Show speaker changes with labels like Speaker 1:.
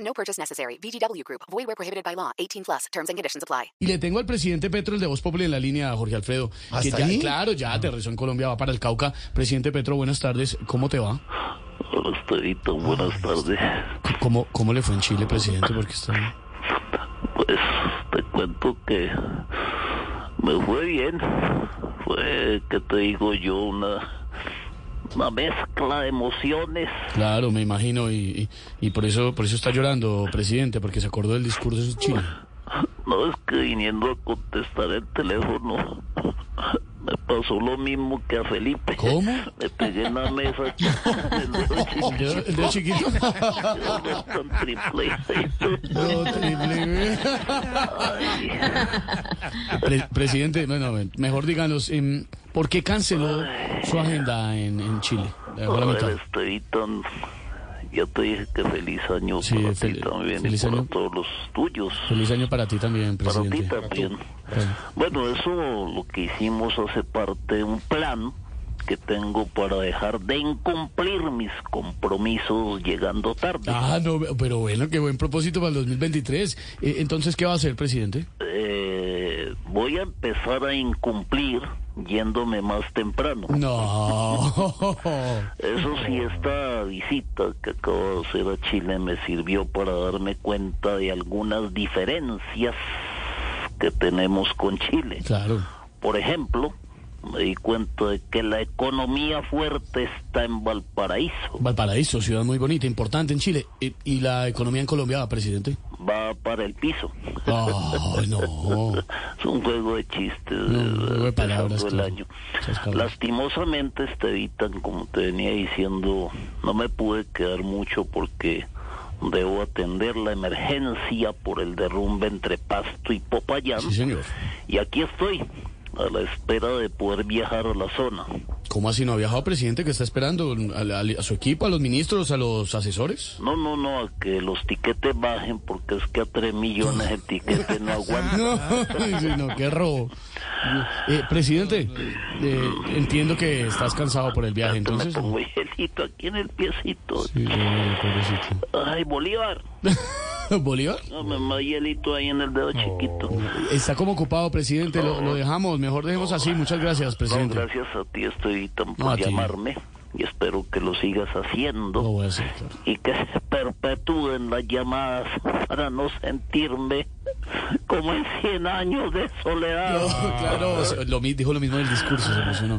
Speaker 1: No purchase necessary. VGW Group. Void where prohibited by law. 18 plus. Terms and conditions apply.
Speaker 2: Y le tengo al presidente Petro el de Voz Popular en la línea, Jorge Alfredo. que
Speaker 3: ¿Hasta
Speaker 2: ya-
Speaker 3: ahí?
Speaker 2: Claro, ya aterrizó en Colombia, va para el Cauca. Presidente Petro, buenas tardes. ¿Cómo te va?
Speaker 4: Hola, Estevito, buenas tardes.
Speaker 2: C- ¿Cómo, cómo le fue en Chile, presidente? Porque está...
Speaker 4: Pues te cuento que me fue bien. Fue, que te digo yo, una, una mezcla de emociones.
Speaker 2: Claro, me imagino. Y, y- y por eso por eso está llorando, presidente, porque se acordó del discurso de Chile.
Speaker 4: No es que viniendo a contestar el teléfono, me pasó lo mismo que a Felipe.
Speaker 2: ¿Cómo?
Speaker 4: Me pegué en la mesa.
Speaker 2: ¿El dedo, el dedo chiquito?
Speaker 4: Con triple.
Speaker 2: No, triple B. Pre- presidente, no, no, mejor díganos, em, ¿por qué canceló su agenda en, en Chile? La dejó a la
Speaker 4: A ver,
Speaker 2: mitad.
Speaker 4: Estevito, ya te dije que feliz año
Speaker 2: Sí,
Speaker 4: para
Speaker 2: fel-
Speaker 4: ti también
Speaker 2: feliz
Speaker 4: y para
Speaker 2: año.
Speaker 4: todos los tuyos.
Speaker 2: Feliz año para ti también,
Speaker 4: Para ti
Speaker 2: presidente.
Speaker 4: también.
Speaker 2: Bueno.
Speaker 4: Bueno, eso lo que hicimos hace parte de un plan que tengo para dejar de incumplir mis compromisos llegando tarde.
Speaker 2: Ah, no, pero bueno, qué buen propósito para el 2023. Eh, Entonces, ¿qué va a hacer, presidente?
Speaker 4: Eh, voy a empezar a incumplir yéndome más temprano.
Speaker 2: No.
Speaker 4: Eso sí, esta visita que acabo de hacer a Chile me sirvió para darme cuenta de algunas diferencias que tenemos con Chile.
Speaker 2: Claro.
Speaker 4: Por ejemplo, me di cuenta de que la economía fuerte está en Valparaíso.
Speaker 2: Valparaíso, ciudad muy bonita, importante en Chile. Eh, ¿Y la economía en Colombia, presidente?
Speaker 4: Va para el piso.
Speaker 2: Ay, no.
Speaker 4: Es un juego de chistes.
Speaker 2: No, un juego de palabras,
Speaker 4: empezando el
Speaker 2: claro.
Speaker 4: año.
Speaker 2: Esas palabras.
Speaker 4: Lastimosamente, este evitan, como te venía diciendo, no me pude quedar mucho porque debo atender la emergencia por el derrumbe entre Pasto y Popayán.
Speaker 2: Sí, señor.
Speaker 4: Y aquí estoy, a la espera de poder viajar a la zona.
Speaker 2: ¿Cómo así no ha viajado, presidente? ¿Qué está esperando? ¿A, la- a su equipo, a los ministros, a los asesores?
Speaker 4: No, no, no, a que los tiquetes bajen porque es que a tres millones el tiquete no aguanta.
Speaker 2: No, sí, no, qué robo. Eh, presidente, eh, entiendo que estás cansado por el viaje,
Speaker 4: Me
Speaker 2: entonces.
Speaker 4: pongo hielito aquí en el piecito.
Speaker 2: Sí, no, pobrecito.
Speaker 4: Ay, Bolívar.
Speaker 2: ¿Bolívar?
Speaker 4: No, me me hielito ahí en el
Speaker 2: Oh.
Speaker 4: dedo chiquito.
Speaker 2: Está como ocupado, presidente. Lo, lo dejamos. Mejor dejemos así. Muchas gracias,
Speaker 4: No,
Speaker 2: presidente.
Speaker 4: gracias a ti estoy tan
Speaker 2: No,
Speaker 4: por
Speaker 2: a ti. Oh.
Speaker 4: llamarme y espero que lo sigas
Speaker 2: Lo
Speaker 4: haciendo
Speaker 2: voy a hacer, claro.
Speaker 4: y que se perpetúen las llamadas para no sentirme como en 100 años de soledad.
Speaker 2: Claro, se- lo, mi- dijo lo mismo del discurso, se emocionó.